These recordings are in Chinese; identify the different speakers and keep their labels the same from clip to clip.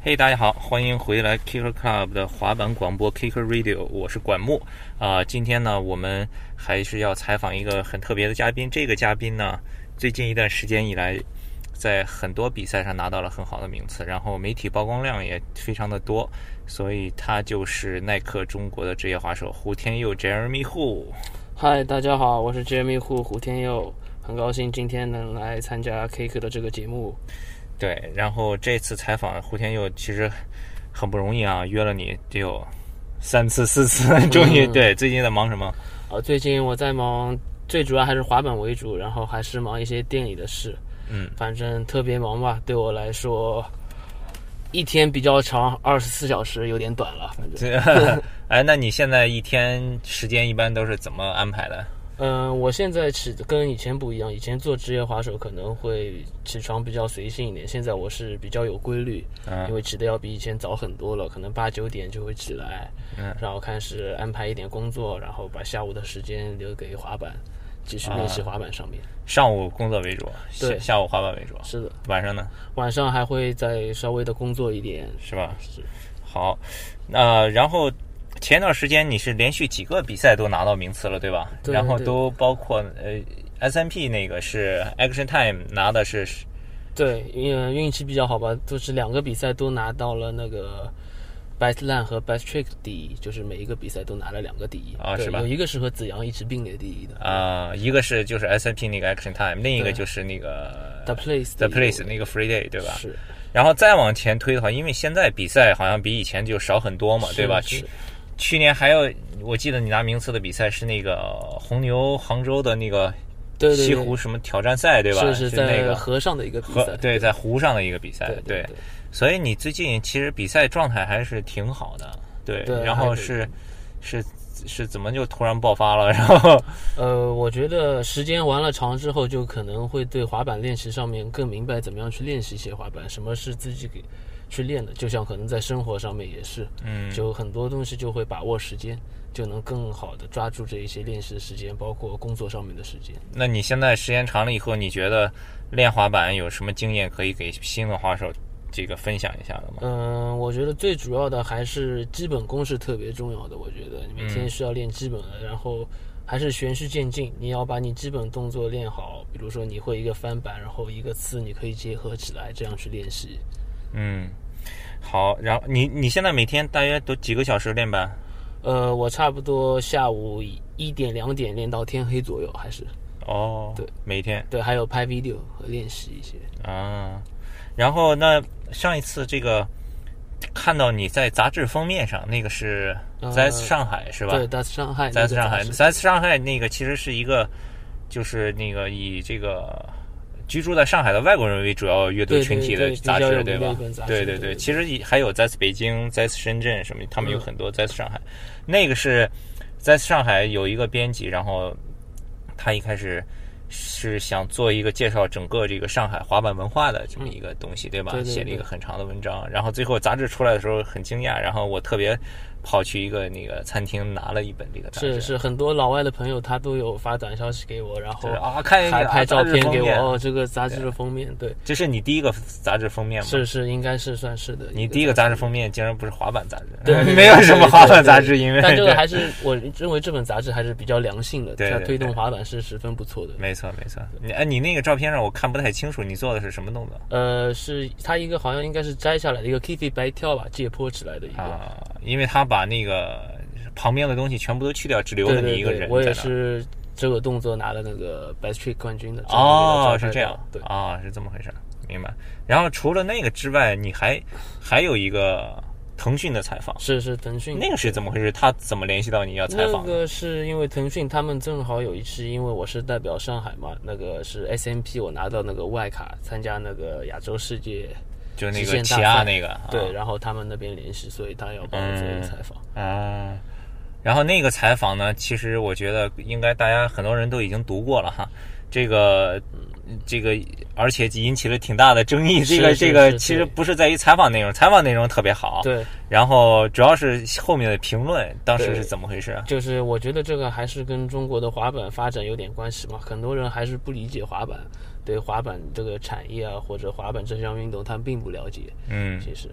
Speaker 1: 嘿、大家好，欢迎回来 Kicker Club 的滑板广播 Kicker Radio，我是管木啊、今天呢，我们还是要采访一个很特别的嘉宾。这个嘉宾呢，最近一段时间以来，在很多比赛上拿到了很好的名次，然后媒体曝光量也非常的多，所以他就是耐克中国的职业滑手胡天佑 Jeremy Hu。
Speaker 2: 嗨，大家好，我是 Jamie 胡胡天佑，很高兴今天能来参加 K K 的这个节目。
Speaker 1: 对，然后这次采访胡天佑其实很不容易啊，约了你得有三次四次， 终于、
Speaker 2: 嗯
Speaker 1: 对最近在忙什么？
Speaker 2: 啊，最近我在忙，最主要还是滑板为主，然后还是忙一些店里的事，
Speaker 1: 嗯，
Speaker 2: 反正特别忙吧。对我来说，一天比较长，二十四小时有点短了。反正，
Speaker 1: 这 哎，那你现在一天时间一般都是怎么安排的？
Speaker 2: 嗯、我现在起跟以前不一样，以前做职业滑手可能会起床比较随性一点，现在我是比较有规律，因
Speaker 1: 嗯
Speaker 2: 为起的要比以前早很多了，可能八九点就会起来，
Speaker 1: 嗯
Speaker 2: 然后开始安排一点工作，然后把下午的时间留给滑板，继
Speaker 1: 啊
Speaker 2: 续练习滑板上面。
Speaker 1: 上午工作为主，下
Speaker 2: 对
Speaker 1: 下午滑板为主，
Speaker 2: 是的，
Speaker 1: 晚上呢，
Speaker 2: 晚上还会再稍微的工作一点。
Speaker 1: 是吧？
Speaker 2: 是，
Speaker 1: 好，那、然后前一段时间你是连续几个比赛都拿到名次了，对吧？
Speaker 2: 对
Speaker 1: 然后
Speaker 2: 对
Speaker 1: 都包括呃 S M P 那个是 Action Time 拿的是
Speaker 2: 对，因为运气比较好吧，就是两个比赛都拿到了那个 Best Land 和 Best Trick 第一，就是每一个比赛都拿了两个第一
Speaker 1: 啊
Speaker 2: 对
Speaker 1: 是吧
Speaker 2: 有一个是和子阳一直并列第一的
Speaker 1: 啊、一个是就是 S M P 那个 Action Time，另一个
Speaker 2: 对
Speaker 1: 就是那个
Speaker 2: ，The Place
Speaker 1: 呃 The
Speaker 2: 第一
Speaker 1: Place 那个 Free Day，对吧？
Speaker 2: 是
Speaker 1: 然后再往前推的话，因为现在比赛好像比以前就少很多嘛，对吧？
Speaker 2: 是
Speaker 1: 去去年还有，我记得你拿名次的比赛是那个红牛杭州的那个
Speaker 2: 对对
Speaker 1: 西
Speaker 2: 对
Speaker 1: 湖什么挑战赛，对吧？
Speaker 2: 是是
Speaker 1: 那
Speaker 2: 在
Speaker 1: 个
Speaker 2: 河上的一个比
Speaker 1: 河
Speaker 2: 赛，
Speaker 1: 对，在湖上的一个比赛，
Speaker 2: 对对对。
Speaker 1: 所以你最近其实比赛状态还是挺好的，对。
Speaker 2: 对
Speaker 1: 然
Speaker 2: 还
Speaker 1: 后
Speaker 2: 可以
Speaker 1: 是是是怎么就突然爆发了？ 然后
Speaker 2: 呃，我觉得时间玩了长之后，就可能会对滑板练习上面更明白怎么样去练习一些滑板，什么是自己给去练的。就像可能在生活上面也是，
Speaker 1: 嗯，
Speaker 2: 就很多东西就会把握时间，就能更好的抓住这一些练习的时间，包括工作上面的时间。
Speaker 1: 那你现在时间长了以后，你觉得练滑板有什么经验可以给新的滑手这个分享一下的吗？
Speaker 2: 嗯，我觉得最主要的还是基本功是特别重要的。我觉得你
Speaker 1: 嗯
Speaker 2: 每天需要练基本的，然后还是循序渐进，你要把你基本动作练好。比如说你会一个翻板，然后一个刺，你可以结合起来这样去练习。
Speaker 1: 嗯，好，然后你你现在每天大约都几个小时练板？
Speaker 2: 呃，我差不多下午一点两点练到天黑左右，还是
Speaker 1: 哦，
Speaker 2: 对，
Speaker 1: 每天
Speaker 2: 对，还有拍 video 和练习一些。
Speaker 1: 啊。然后那上一次这个看到你在杂志封面上，那个是
Speaker 2: 呃
Speaker 1: 在上海、是吧？
Speaker 2: 对，在上海，
Speaker 1: 在上海，
Speaker 2: 在
Speaker 1: 在上海那个其实是一个，就是那个以这个居住在上海的外国人为主要阅读
Speaker 2: 对
Speaker 1: 群体的
Speaker 2: 对对
Speaker 1: 杂
Speaker 2: 比较
Speaker 1: 志，
Speaker 2: 有名的
Speaker 1: 吧
Speaker 2: 一本杂？志
Speaker 1: 对
Speaker 2: 对
Speaker 1: 对，
Speaker 2: 对
Speaker 1: 其实也还有在北京、在深圳什么，他们有
Speaker 2: 嗯
Speaker 1: 很多在上海。那个是在上海有一个编辑，然后他一开始。是想做一个介绍整个这个上海滑板文化的这么一个东西，对吧？
Speaker 2: 对对
Speaker 1: 写了一
Speaker 2: 对
Speaker 1: 个很长的文章，然后最后杂志出来的时候很惊讶，然后我特别跑去一个那个餐厅拿了一本这个杂志，
Speaker 2: 是是很多老外的朋友他都有发短消息给我，然后
Speaker 1: 就是啊，看一
Speaker 2: 还
Speaker 1: 下
Speaker 2: 拍照片给我。，
Speaker 1: 杂志封面
Speaker 2: 哦，这个杂志的封面，对，
Speaker 1: 这是你第一个杂志封面吗？
Speaker 2: 是是，应该是算是的。
Speaker 1: 你第一个杂志封面竟然不是滑板杂志，
Speaker 2: 对 对
Speaker 1: 没有什么滑板杂志，
Speaker 2: 对
Speaker 1: 因为
Speaker 2: 但这个
Speaker 1: 对
Speaker 2: 还是我认为这本杂志还是比较良性的，
Speaker 1: 对对
Speaker 2: 它推
Speaker 1: 对
Speaker 2: 动滑板是十分不错的。
Speaker 1: 没错没错。你哎，你那个照片上我看不太清楚，你做的是什么动作
Speaker 2: 呃，是它一个好像应该是摘下来的一个 Kifi 白跳吧，借坡起来的一个。
Speaker 1: 啊？因为他把那个旁边的东西全部都去掉，只留了你
Speaker 2: 对对
Speaker 1: 一个
Speaker 2: 对，
Speaker 1: 人
Speaker 2: 我
Speaker 1: 在
Speaker 2: 也
Speaker 1: 那儿。
Speaker 2: 是这个动作拿了那个 Best Trick 冠军的。
Speaker 1: 哦，是
Speaker 2: 这个照片
Speaker 1: 这样，
Speaker 2: 对，
Speaker 1: 啊，是这么回事儿，明白。然后除了那个之外，你还还有一个腾讯的采访，
Speaker 2: 是是腾讯
Speaker 1: 那个是怎么回事？他怎么联系到你要采
Speaker 2: 那
Speaker 1: 访的？
Speaker 2: 个是因为腾讯他们正好有一次，因为我是代表上海嘛，那个是 SMP 我拿到那个外卡参加那个亚洲世界，
Speaker 1: 就那
Speaker 2: 极
Speaker 1: 个
Speaker 2: 限大
Speaker 1: 起亚
Speaker 2: 赛
Speaker 1: 那个，啊
Speaker 2: 对，然后他们那边联系，所以他要帮我做一个采访。
Speaker 1: 啊，然后那个采访呢，其实我觉得应该大家很多人都已经读过了哈。这个，这个，而且引起了挺大的争议。
Speaker 2: 是
Speaker 1: 这个，
Speaker 2: 是
Speaker 1: 这个
Speaker 2: 是
Speaker 1: 其实
Speaker 2: 对
Speaker 1: 不是在于采访内容，采访内容特别好。。
Speaker 2: 对，
Speaker 1: 然后主要是后面的评论，当时
Speaker 2: 对
Speaker 1: 是怎么回事啊？
Speaker 2: 就是我觉得这个还是跟中国的滑板发展有点关系嘛，很多人还是不理解滑板，对滑板这个产业啊或者滑板这项运动他们并不了解，
Speaker 1: 嗯，
Speaker 2: 其实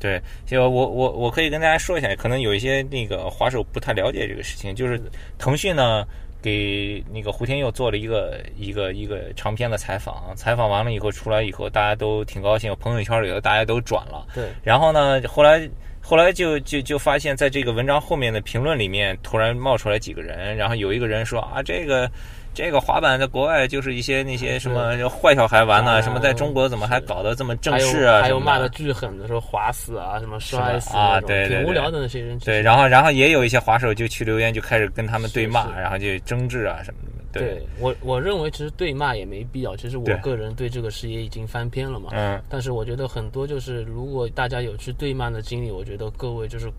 Speaker 1: 对，就我我我可以跟大家说一下，可能有一些那个滑手不太了解这个事情，就是
Speaker 2: 嗯
Speaker 1: 腾讯呢给那个胡天佑做了一个一个一个长篇的采访，采访完了以后出来以后，大家都挺高兴，朋友圈里头大家都转了，
Speaker 2: 对，
Speaker 1: 然后呢，后来后来就就就发现，在这个文章后面的评论里面，突然冒出来几个人，然后有一个人说啊，这个这个滑板在国外就是一些那些什么坏小孩玩呢、
Speaker 2: 啊
Speaker 1: 什么在中国怎么还
Speaker 2: 是
Speaker 1: 搞得这么正
Speaker 2: 还有
Speaker 1: 式啊什
Speaker 2: 还有
Speaker 1: 么
Speaker 2: 骂的巨狠的，说划死啊，什么摔死
Speaker 1: 啊
Speaker 2: 那种
Speaker 1: 对对
Speaker 2: 挺无
Speaker 1: 对
Speaker 2: 聊的那些人。
Speaker 1: 对，然后然后也有一些滑手就去留言，就开始跟他们对
Speaker 2: 是
Speaker 1: 骂，
Speaker 2: 是
Speaker 1: 然后就争执啊什么的。
Speaker 2: 对我我认为其实对骂也没必要，其实我
Speaker 1: 对
Speaker 2: 个人对这个事业已经翻篇了嘛。
Speaker 1: 嗯，
Speaker 2: 但是我觉得很多就是，如果大家有去对骂的经历，我觉得各位就是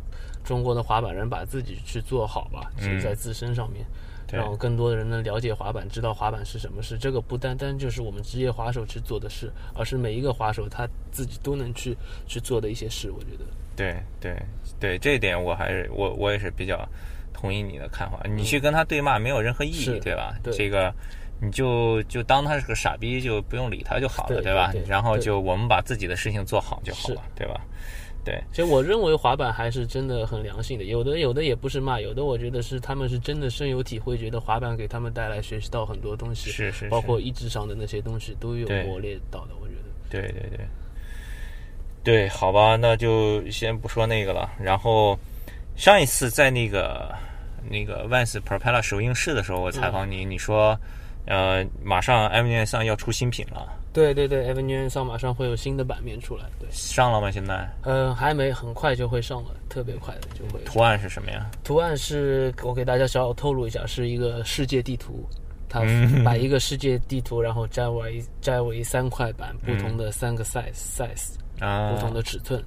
Speaker 2: 中国的滑板人把自己去做好吧，
Speaker 1: 嗯
Speaker 2: 是在自身上面，
Speaker 1: 对
Speaker 2: 让更多的人能了解滑板，知道滑板是什么事。这个不单单就是我们职业滑手去做的事，而是每一个滑手他自己都能去去做的一些事。我觉得
Speaker 1: 对对对，这一点我还是我我也是比较同意你的看法。你去跟他对骂没有任何意义
Speaker 2: 嗯是，
Speaker 1: 对吧？
Speaker 2: 对
Speaker 1: 这个你就就当他是个傻逼，就不用理他就好了，
Speaker 2: 对
Speaker 1: 吧
Speaker 2: 对？对
Speaker 1: 然后
Speaker 2: 对
Speaker 1: 就我们把自己的事情做好就好
Speaker 2: 是
Speaker 1: 了，对吧？对，
Speaker 2: 其实我认为滑板还是真的很良性的，有的有的也不是骂，有的我觉得是他们是真的深有体会，觉得滑板给他们带来学习到很多东西，
Speaker 1: 是是
Speaker 2: 包
Speaker 1: 是
Speaker 2: 括意志上的那些东西都有
Speaker 1: 对
Speaker 2: 磨练到的，我觉得。
Speaker 1: 对对对，对，好吧，那就先不说那个了。然后上一次在那个那个 Vans Propeller 首映式的时候，我采访你，
Speaker 2: 嗯
Speaker 1: 你说呃，马上 a v e n u 上要出新品了，
Speaker 2: 对对对，Avenue 上马上会有新的版面出来，对，
Speaker 1: 上了吗？现在
Speaker 2: 嗯，还没，很快就会上了，特别快的就会。
Speaker 1: 图案是什么呀？
Speaker 2: 图案是我给大家小小透露一下，是一个世界地图，它
Speaker 1: 嗯
Speaker 2: 把一个世界地图，然后摘为摘为三块板，不同的三个 size size，
Speaker 1: 嗯啊，
Speaker 2: 不同的尺寸，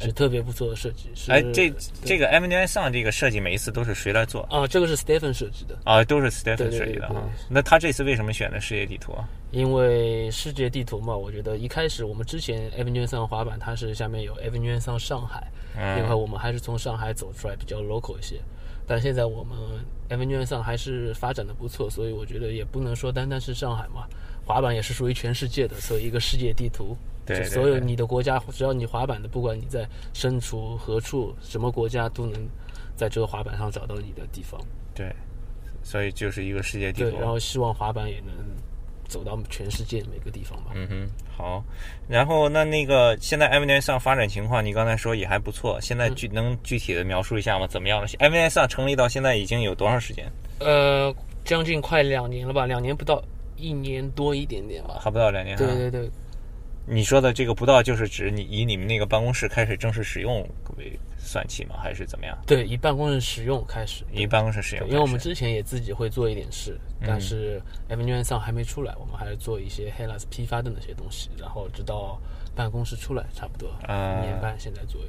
Speaker 2: 是特别不错的设计。是
Speaker 1: 哎，这
Speaker 2: 对
Speaker 1: 这个 a v e n u 上这个设计每一次都是谁来做？
Speaker 2: 啊，这个是 Stephen 设计的，
Speaker 1: 啊，都是 Stephen
Speaker 2: 对对
Speaker 1: 设计
Speaker 2: 对
Speaker 1: 的
Speaker 2: 对
Speaker 1: 哈。那他这次为什么选的世界地图啊？
Speaker 2: 因为世界地图嘛，我觉得一开始我们之前 Avenue 上滑板，它是下面有 Avenue 上上海，另外
Speaker 1: 嗯
Speaker 2: 我们还是从上海走出来比较 local 一些，但现在我们 Avenue 上还是发展的不错，所以我觉得也不能说单单是上海嘛，滑板也是属于全世界的，所以一个世界地图。
Speaker 1: 对
Speaker 2: 就
Speaker 1: 对
Speaker 2: 所有
Speaker 1: 对
Speaker 2: 你的国家，只要你滑板的，不管你在身处何处，什么国家都能在这个滑板上找到你的地方。
Speaker 1: 对，所以就是一个世界地
Speaker 2: 对，
Speaker 1: 图。啊
Speaker 2: 然后希望滑板也能走到全世界每个地方吧。
Speaker 1: 嗯哼，好。然后那那个现在 a v e n u 上发展情况，你刚才说也还不错。现在具能具体的描述一下吗？怎么样了
Speaker 2: 嗯
Speaker 1: a v e n u 上成立到现在已经有多长时间？
Speaker 2: 呃，将近快两年了吧，两年不到，一年多一点点吧。
Speaker 1: 还不到两年、啊。
Speaker 2: 对对对，
Speaker 1: 你说的这个不到，就是指你以你们那个办公室开始正式使用为算起吗？还是怎么样？
Speaker 2: 对，以办公室使用开始，
Speaker 1: 以办公室使用
Speaker 2: 对
Speaker 1: 开始，嗯
Speaker 2: 因为我们之前也自己会做一点事，但是 M N 上还没出来，我们还是做一些 Hellas 批发的那些东西，然后直到办公室出来，差不多
Speaker 1: 啊
Speaker 2: 一年半现在左右。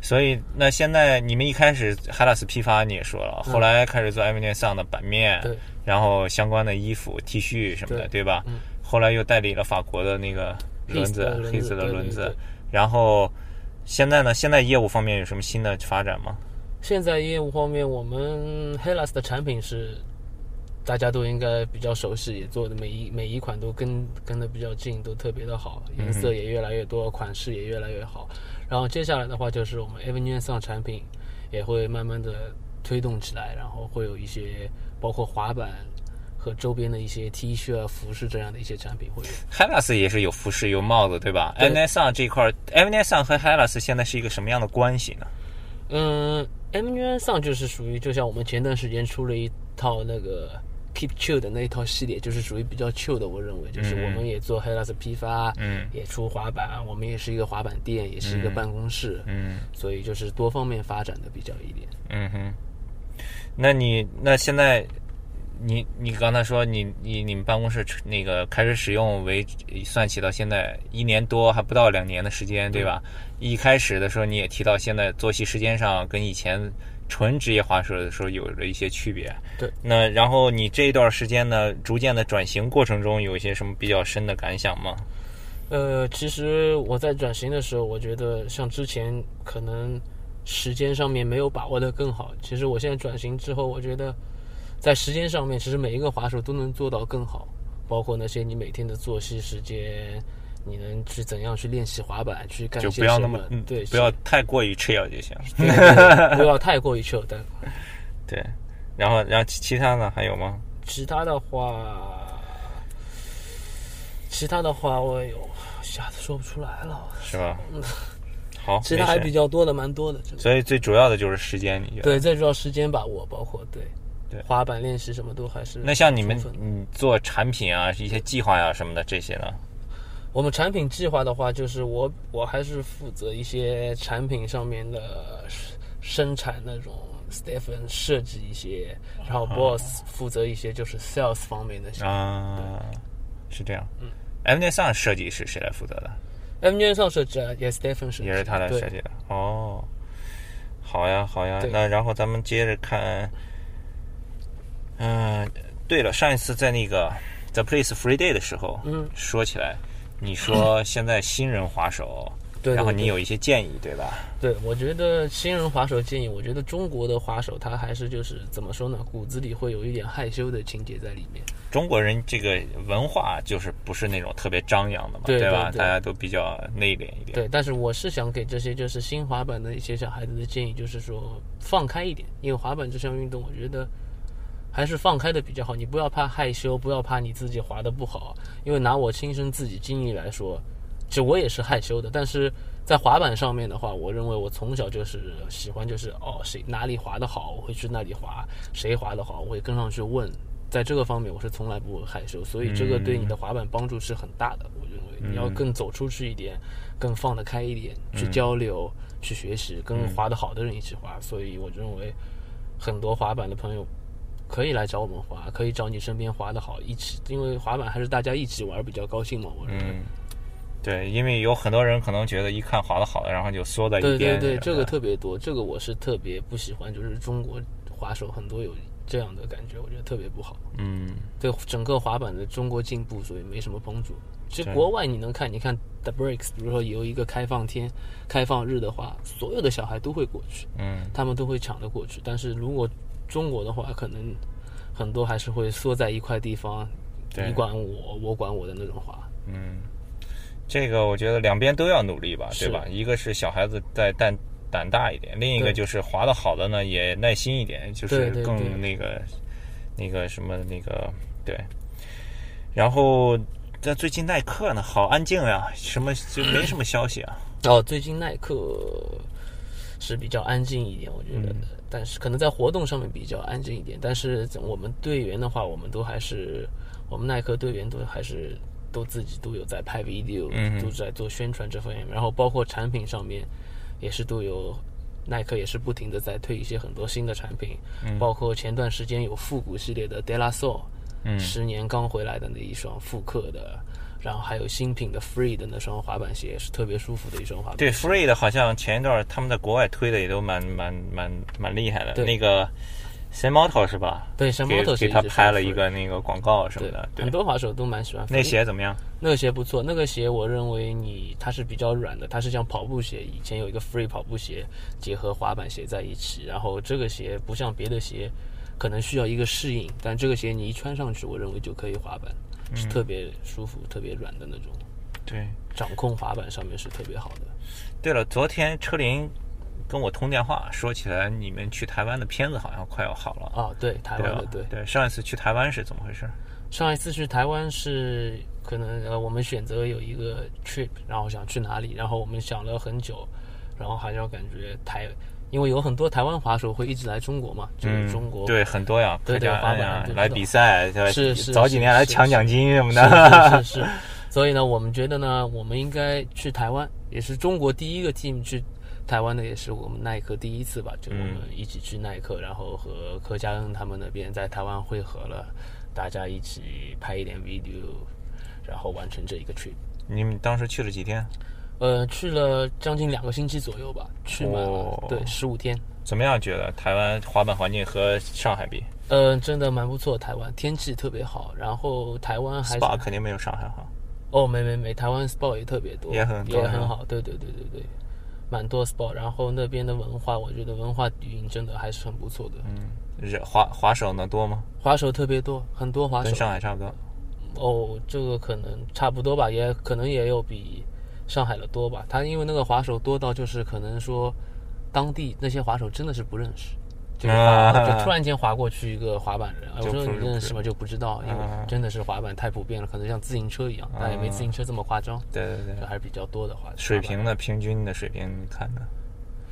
Speaker 1: 所以那现在你们一开始海拉斯批发你也说了，后来开始做 a v e n u 上的版面，
Speaker 2: 嗯对，
Speaker 1: 然后相关的衣服、T 恤什么的，对
Speaker 2: 对
Speaker 1: 吧？
Speaker 2: 嗯
Speaker 1: 后来又代理了法国的那个轮
Speaker 2: Heath 的
Speaker 1: 子，
Speaker 2: 轮
Speaker 1: 黑
Speaker 2: 子
Speaker 1: 色的
Speaker 2: 对
Speaker 1: 轮
Speaker 2: 对
Speaker 1: 子
Speaker 2: 对。
Speaker 1: 然后现在呢？现在业务方面有什么新的发展吗？
Speaker 2: 现在业务方面，我们 Hellas 的产品是大家都应该比较熟悉，也做的每一每一款都跟跟的比较近，都特别的好，颜色也越来越多，款式也越来越好。然后接下来的话，就是我们 Avenue 上产品也会慢慢的推动起来，然后会有一些包括滑板和周边的一些 T 恤啊、服饰这样的一些产品会有。
Speaker 1: 海拉斯也是有服饰有帽子，对吧 a
Speaker 2: 对
Speaker 1: v e n u 上这块 a v e n u 上和海拉斯现在是一个什么样的关系呢？
Speaker 2: 嗯，M U N 上就是属于，就像我们前段时间出了一套那个 Keep Chill 的那一套系列，就是属于比较 chill 的，我认为就是我们也做 h e l l a s 批发，
Speaker 1: 嗯，
Speaker 2: 也出滑板，我们也是一个滑板店，也是一个办公室，
Speaker 1: 嗯
Speaker 2: 所以就是多方面发展的比较一点。
Speaker 1: 嗯哼，那你那现在你你刚才说你你你们办公室那个开始使用为算起到现在一年多还不到两年的时间，对
Speaker 2: 嗯
Speaker 1: 吧？一开始的时候你也提到，现在作息时间上跟以前纯职业滑手的时候有了一些区别。
Speaker 2: 对。
Speaker 1: 那然后你这一段时间呢，逐渐的转型过程中有一些什么比较深的感想吗？
Speaker 2: 呃，其实我在转型的时候，我觉得像之前可能时间上面没有把握的更好。其实我现在转型之后，我觉得在时间上面，其实每一个滑手都能做到更好，包括那些你每天的作息时间、你能去怎样去练习滑板，去干
Speaker 1: 就
Speaker 2: 些
Speaker 1: 不要
Speaker 2: 什
Speaker 1: 那
Speaker 2: 么
Speaker 1: 么，嗯
Speaker 2: 对，
Speaker 1: 不要
Speaker 2: 是
Speaker 1: 太过于 chill 就行。
Speaker 2: 对对对不要太过于 chill，但
Speaker 1: 对，然后然后其其他呢还有吗？
Speaker 2: 其他的话，其他的话我有下次说不出来了，
Speaker 1: 是吧？好，
Speaker 2: 嗯其他还
Speaker 1: 没事
Speaker 2: 比较多的，蛮多的，真的。
Speaker 1: 所以最主要的就是时间，你觉得？
Speaker 2: 对，最主要时间把握，包括对
Speaker 1: 对
Speaker 2: 滑板练习什么都还是
Speaker 1: 那像你们
Speaker 2: 充分的
Speaker 1: 你做产品啊，一些计划呀、什么的这些呢？
Speaker 2: 我们产品计划的话，就是我我还是负责一些产品上面的生产那种 Stephen 设计一些，然后
Speaker 1: 哦
Speaker 2: Boss 负责一些就是 sales 方面的项目。
Speaker 1: 啊，是这样。嗯 m d 上设计是谁来负责的？
Speaker 2: M N 上设计啊也 Stephen 设计，
Speaker 1: 也是他来
Speaker 2: 对
Speaker 1: 设计的。哦，好呀，好呀
Speaker 2: 对。
Speaker 1: 那然后咱们接着看。嗯，对了，上一次在那个 The Place Free Day 的时候，
Speaker 2: 嗯，
Speaker 1: 说起来，你 说现在新人滑手，
Speaker 2: 对对
Speaker 1: 然后你
Speaker 2: 对
Speaker 1: 有一些建议，对吧？
Speaker 2: 对，我觉得新人滑手建议，我觉得中国的滑手他还是就是怎么说呢，骨子里会有一点害羞的情节在里面。
Speaker 1: 中国人这个文化就是不是那种特别张扬的嘛，
Speaker 2: 对
Speaker 1: 吧？
Speaker 2: 对对
Speaker 1: 大家都比较内敛一点。
Speaker 2: 对，但是我是想给这些就是新滑板的一些小孩子的建议，就是说放开一点，因为滑板这项运动，我觉得还是放开的比较好。你不要怕害羞，不要怕你自己滑的不好，因为拿我亲身自己经历来说，其实我也是害羞的。但是在滑板上面的话，我认为我从小就是喜欢，就是哦谁哪里滑的好，我会去那里滑；谁滑的好，我会跟上去问。在这个方面，我是从来不会害羞，所以这个对你的滑板帮助是很大的。我认嗯为你要更走出去一点，更放得开一点，去交流、去学习，跟滑得好的人一起滑。所以我认为很多滑板的朋友可以来找我们滑，可以找你身边滑得好一起，因为滑板还是大家一起玩比较高兴嘛。我认为，
Speaker 1: 嗯，对，因为有很多人可能觉得一看滑的好的，然后就缩在一
Speaker 2: 对
Speaker 1: 边。
Speaker 2: 对对，
Speaker 1: 是吧
Speaker 2: 这个特别多，这个我是特别不喜欢，就是中国滑手很多有这样的感觉，我觉得特别不好。
Speaker 1: 嗯，
Speaker 2: 对整个滑板的中国进步，所以没什么帮助。其实
Speaker 1: 对
Speaker 2: 国外你能看，你看 The Breaks，比如说有一个开放天、开放日的话，所有的小孩都会过去，
Speaker 1: 嗯，
Speaker 2: 他们都会抢着过去。但是如果中国的话，可能很多还是会缩在一块地方，
Speaker 1: 对
Speaker 2: 你管我，我管我的那种滑。
Speaker 1: 这个我觉得两边都要努力吧，对
Speaker 2: 是
Speaker 1: 吧？一个是小孩子再胆胆大一点，另一个
Speaker 2: 对
Speaker 1: 就是滑的好的呢也耐心一点，就是
Speaker 2: 对对对
Speaker 1: 更那个那个什么那个对。然后在最近耐克呢，好安静呀、什么就没什么消息啊。
Speaker 2: 哦，最近耐克是比较安静一点，我觉得，
Speaker 1: 嗯
Speaker 2: 但是可能在活动上面比较安静一点，但是怎我们队员的话，我们都还是我们耐克队员都还是都自己都有在拍 video，、
Speaker 1: 嗯
Speaker 2: 都在做宣传这方面，然后包括产品上面也是都有。耐克也是不停的在推一些很多新的产品，包括前段时间有复古系列的 De La Soul，
Speaker 1: 嗯
Speaker 2: 十年刚回来的那一双复刻的，然后还有新品的 Free 的那双滑板鞋是特别舒服的一双滑板鞋。
Speaker 1: 对，Free 的好像前一段他们在国外推的也都蛮蛮蛮蛮厉害的，
Speaker 2: 对
Speaker 1: 那个 s a m o t o 是吧？
Speaker 2: 对，山猫
Speaker 1: 给
Speaker 2: 头
Speaker 1: 给
Speaker 2: 鞋
Speaker 1: 他
Speaker 2: 就是
Speaker 1: 拍了
Speaker 2: Free
Speaker 1: 一个那个广告什么
Speaker 2: 对
Speaker 1: 的，对
Speaker 2: 很，多滑手都蛮喜欢
Speaker 1: 那
Speaker 2: Free
Speaker 1: 鞋怎么样？
Speaker 2: 那个鞋不错，那个鞋我认为你它是比较软的，它是像跑步鞋，以前有一个 Free 跑步鞋结合滑板鞋在一起，然后这个鞋不像别的鞋，可能需要一个适应，但这个鞋你一穿上去，我认为就可以滑板，是特别舒服、特别软的那种，
Speaker 1: 对，
Speaker 2: 掌控滑板上面是特别好的。
Speaker 1: 对了，昨天车林跟我通电话，说起来你们去台湾的片子好像快要好了，
Speaker 2: 啊，对，台
Speaker 1: 对
Speaker 2: 湾
Speaker 1: 吧
Speaker 2: 的？对。
Speaker 1: 对，上一次去台湾是怎么回事？
Speaker 2: 上一次去台湾是可能呃，我们选择有一个 trip，然后想去哪里，然后我们想了很久，然后还要感觉台，因为有很多台湾滑手会一直来中国嘛， 就是嗯中国、
Speaker 1: 对，很多呀，
Speaker 2: 对
Speaker 1: 客
Speaker 2: 对
Speaker 1: 家
Speaker 2: 滑
Speaker 1: 安
Speaker 2: 板
Speaker 1: 呀
Speaker 2: 对，
Speaker 1: 来
Speaker 2: 知道
Speaker 1: 比赛，对吧
Speaker 2: 是是
Speaker 1: 早几
Speaker 2: 是
Speaker 1: 年来
Speaker 2: 是
Speaker 1: 抢
Speaker 2: 是
Speaker 1: 奖金什么的，
Speaker 2: 是是是是，所以呢，我们觉得呢，我们应该去台湾，也是中国第一个 team 去台湾的，也是我们耐克第一次吧，就我们一起去耐克，然后和柯佳恩他们那边在台湾汇合了，大家一起拍一点 video，然后完成这一个 trip。
Speaker 1: 你们当时去了几天？
Speaker 2: 呃，去了将近两个星期左右吧，去满了，
Speaker 1: 哦
Speaker 2: 对，十五天。
Speaker 1: 怎么样？觉得台湾滑板环境和上海比
Speaker 2: 呃，真的蛮不错，台湾天气特别好，然后台湾还是
Speaker 1: ，SPA 肯定没有上海好。
Speaker 2: 哦，没没没，台湾 SPA 也特别多，
Speaker 1: 也很多嗯
Speaker 2: 也
Speaker 1: 是吧
Speaker 2: 很好，对对对对对，蛮多 SPA，然后那边的文化，我觉得文化底蕴真的还是很不
Speaker 1: 嗯
Speaker 2: 错的，
Speaker 1: 人滑滑手呢多吗？
Speaker 2: 滑手特别多，很多滑
Speaker 1: 跟
Speaker 2: 手，
Speaker 1: 上海差不多。
Speaker 2: 哦，这个可能差不多吧，也可能也有比上海的多吧。他因为那个滑手多到就是可能说，当地那些滑手真的是不认识，就是
Speaker 1: 啊
Speaker 2: 滑就突然间滑过去一个滑板人，哎我
Speaker 1: 就
Speaker 2: 说
Speaker 1: 不
Speaker 2: 你认识吗？就不知道，因为
Speaker 1: 啊
Speaker 2: 真的是滑板太普遍了，可能像自行车一样，但也没自行车这么夸张，
Speaker 1: 对对
Speaker 2: 就
Speaker 1: 对，
Speaker 2: 还是比较多的滑。
Speaker 1: 嗯水
Speaker 2: 滑
Speaker 1: 平
Speaker 2: 板
Speaker 1: 呢？平均的水平你看看，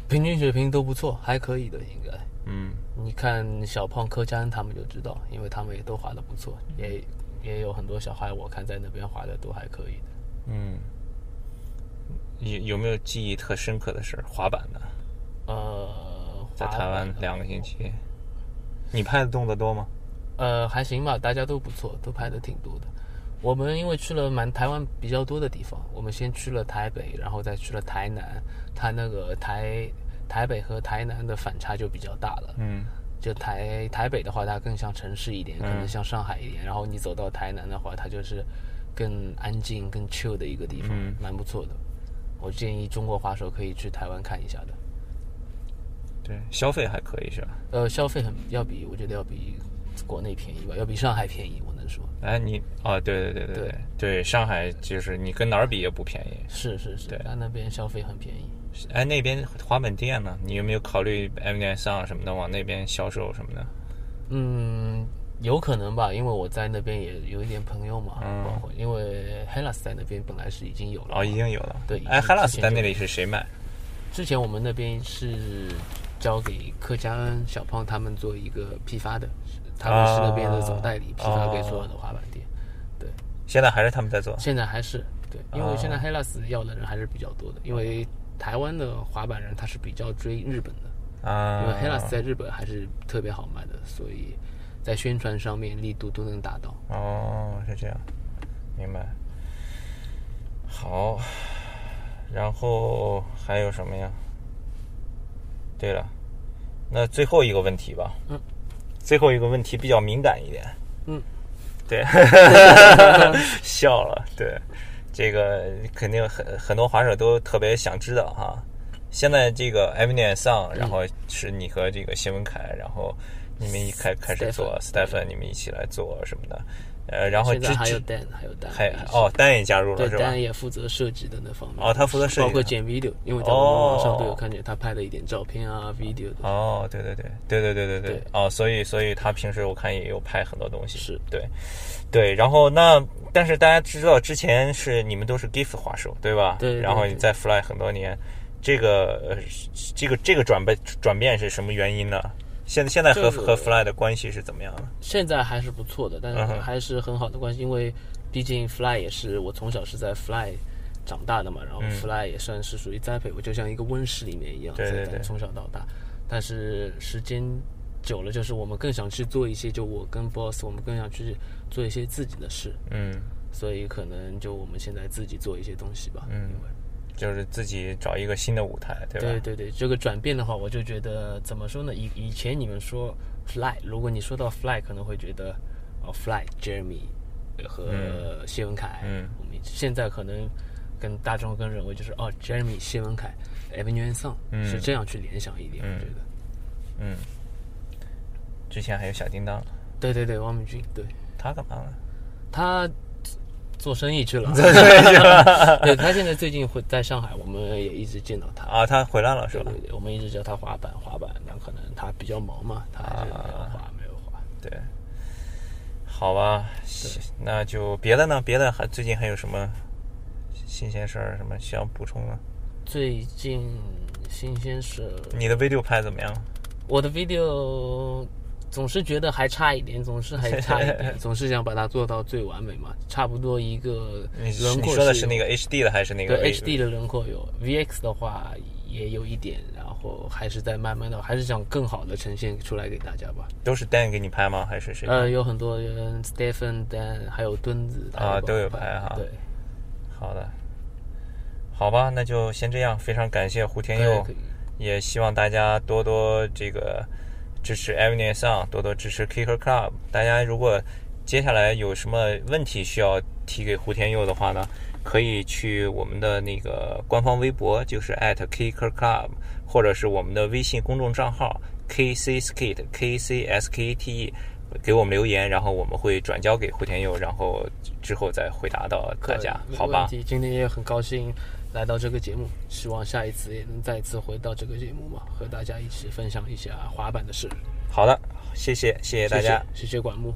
Speaker 2: 平均水平都不错，还可以的应该。
Speaker 1: 嗯，
Speaker 2: 你看小胖、柯佳恩他们就知道，因为他们也都滑得不错，也也有很多小孩，我看在那边滑的都还可以的。
Speaker 1: 嗯，你有没有记忆特深刻的事儿？滑板的，
Speaker 2: 呃，
Speaker 1: 在
Speaker 2: 滑
Speaker 1: 台湾
Speaker 2: 板
Speaker 1: 两个星期，你拍的动作多吗？
Speaker 2: 呃还行吧，大家都不错，都拍的挺多的。我们因为去了蛮台湾比较多的地方，我们先去了台北，然后再去了台南，它那个台台北和台南的反差就比较大了。
Speaker 1: 嗯
Speaker 2: 就台台北的话，它更像城市一点，可能像上海一点。然后你走到台南的话，它就是更安静、更 chill 的一个地方，
Speaker 1: 嗯
Speaker 2: 蛮不错的。我建议中国滑手可以去台湾看一下的。
Speaker 1: 对，消费还可以是吧？
Speaker 2: 呃，消费很要比我觉得要比国内便宜吧，要比上海便宜，我能说
Speaker 1: 哎，你啊，对对对对对对，上海就是你跟哪儿比也不便宜。
Speaker 2: 是是是
Speaker 1: 对，
Speaker 2: 他那边消费很便宜。
Speaker 1: 哎，那边滑板店呢？你有没有考虑 M D S 上什么的往那边销售什么的？
Speaker 2: 嗯，有可能吧，因为我在那边也有一点朋友嘛，
Speaker 1: 嗯
Speaker 2: 包括因为 Hellas 在那边本来是已经有了嘛，
Speaker 1: 哦，已经有了。
Speaker 2: 对
Speaker 1: 哎，
Speaker 2: 已经
Speaker 1: 哈拉
Speaker 2: 之
Speaker 1: 斯
Speaker 2: 前
Speaker 1: 在
Speaker 2: 就
Speaker 1: 那
Speaker 2: 有
Speaker 1: 里是谁卖？
Speaker 2: 之前我们那边是交给柯佳恩、小胖他们做一个批发的，他们是那边的总代理，批发给所有的滑板店。对，
Speaker 1: 现在还是他们在做。
Speaker 2: 现在还是对，因为
Speaker 1: 啊
Speaker 2: 现在 Hellas 要的人还是比较多的，因为台湾的滑板人他是比较追日本的，
Speaker 1: 啊，
Speaker 2: 因为 Hellas 在日本还是特别好卖的，所以在宣传上面力度都能达到。
Speaker 1: 哦，是这样，明白。好，然后还有什么呀？对了，那最后一个问题吧。
Speaker 2: 嗯。
Speaker 1: 最后一个问题比较敏感一点。
Speaker 2: 嗯。
Speaker 1: 对，笑了。对，这个肯定很很多滑手都特别想知道哈。现在这个 e m i n e s o n 然
Speaker 2: 嗯
Speaker 1: 后是你和这个谢文凯，然后你们一开开始做 Stephen，你们一起来做什么的，呃，然后
Speaker 2: 现
Speaker 1: 之
Speaker 2: 在还有
Speaker 1: 之
Speaker 2: Dan，还有 Dan，
Speaker 1: 还
Speaker 2: 一起
Speaker 1: 哦，丹也加入了
Speaker 2: 对
Speaker 1: 是吧
Speaker 2: ，Dan？也负责设计的那方面。
Speaker 1: 哦，他负责设
Speaker 2: 包
Speaker 1: 计
Speaker 2: 括
Speaker 1: 的。
Speaker 2: 剪 video，因为在我们网上都有看见他拍的一点照片啊、video 的。
Speaker 1: 哦，对对对对对对对对
Speaker 2: 对，
Speaker 1: 哦，所以所以他平时我看也有拍很多东西，
Speaker 2: 是
Speaker 1: 对，对，然后那但是大家知道之前是你们都是 GIF 滑手对吧？
Speaker 2: 对对
Speaker 1: 然后
Speaker 2: 对
Speaker 1: 你在 Fly 很多年，这个呃这个这个转变转变是什么原因呢？现在现在和
Speaker 2: 这个
Speaker 1: 和 Fly 的关系是怎么样的？
Speaker 2: 现在还是不错的，但
Speaker 1: 嗯
Speaker 2: 是
Speaker 1: 哼
Speaker 2: 还是很好的关系，因为毕竟 Fly 也是我从小是在 Fly 长大的嘛，然后 Fly 也算是属于栽培我，就像一个温室里面一样，
Speaker 1: 嗯对对
Speaker 2: 在
Speaker 1: 对
Speaker 2: 从小到大。但是时间久了，就是我们更想去做一些，就我跟 Boss，我们更想去做一些自己的事，
Speaker 1: 嗯，
Speaker 2: 所以可能就我们现在自己做一些东西吧。
Speaker 1: 嗯
Speaker 2: 因为
Speaker 1: 就是自己找一个新的舞台，对吧？
Speaker 2: 对对对，这个转变的话，我就觉得怎么说呢？以以前你们说 fly，如果你说到 fly，可能会觉得哦 fly Jeremy 和谢文凯，
Speaker 1: 嗯
Speaker 2: 我们一起现在可能跟大众跟认为就是哦 Jeremy 谢文凯 Avenue Song、
Speaker 1: 嗯
Speaker 2: 是这样去联想一点，
Speaker 1: 嗯
Speaker 2: 我觉得。
Speaker 1: 嗯，之前还有小叮当，
Speaker 2: 对对对，汪明君，对
Speaker 1: 他干嘛了？
Speaker 2: 他做生 意去了，对他现在最近会在上海，我们也一直见到他。
Speaker 1: 啊，他回来了是
Speaker 2: 对
Speaker 1: 吧？
Speaker 2: 对对，我们一直叫他滑板，滑板，那可能他比较忙嘛，他还是没有滑，没有滑。
Speaker 1: 对，好吧，那就别的呢？别的还最近还有什么新鲜事儿？什么需要补充的？
Speaker 2: 最近新鲜事，
Speaker 1: 你的 video 拍怎么样？
Speaker 2: 我的 video 总是觉得还差一点，总是还 差一点，总是想把它做到最完美嘛。差不多一个
Speaker 1: 你是
Speaker 2: 轮
Speaker 1: 你
Speaker 2: 廓
Speaker 1: 说的
Speaker 2: 是
Speaker 1: 是那个 HD 的还是那
Speaker 2: 有
Speaker 1: 个
Speaker 2: 对
Speaker 1: V-
Speaker 2: HD 的轮廓有 VX 的话也有一点，然后还是在慢慢的，还是想更好的呈现出来给大家吧。
Speaker 1: 都是 Dan 给你拍吗？还是谁？
Speaker 2: 呃，有很多人 Stephen、Dan 还有墩子
Speaker 1: 啊
Speaker 2: 还帮我
Speaker 1: 都有拍哈
Speaker 2: 对，
Speaker 1: 好的，好吧，那就先这样。非常感谢胡天
Speaker 2: 可以
Speaker 1: 佑
Speaker 2: 可以，
Speaker 1: 也希望大家多多这个支持 Avenue Song，多多支持 Kicker Club。大家如果接下来有什么问题需要提给胡天佑的话呢，可以去我们的那个官方微博，就是 at Kicker Club，或者是我们的微信公众账号 KC Skate KC SKT。E，给我们留言，然后我们会转交给户田佑，然后之后再回答到大家，
Speaker 2: 没
Speaker 1: 好
Speaker 2: 问
Speaker 1: 吧？
Speaker 2: 题，今天也很高兴来到这个节目，希望下一次也能再次回到这个节目嘛，和大家一起分享一下滑板的事。
Speaker 1: 好的，谢谢，谢谢大家。
Speaker 2: 谢谢，谢谢管木。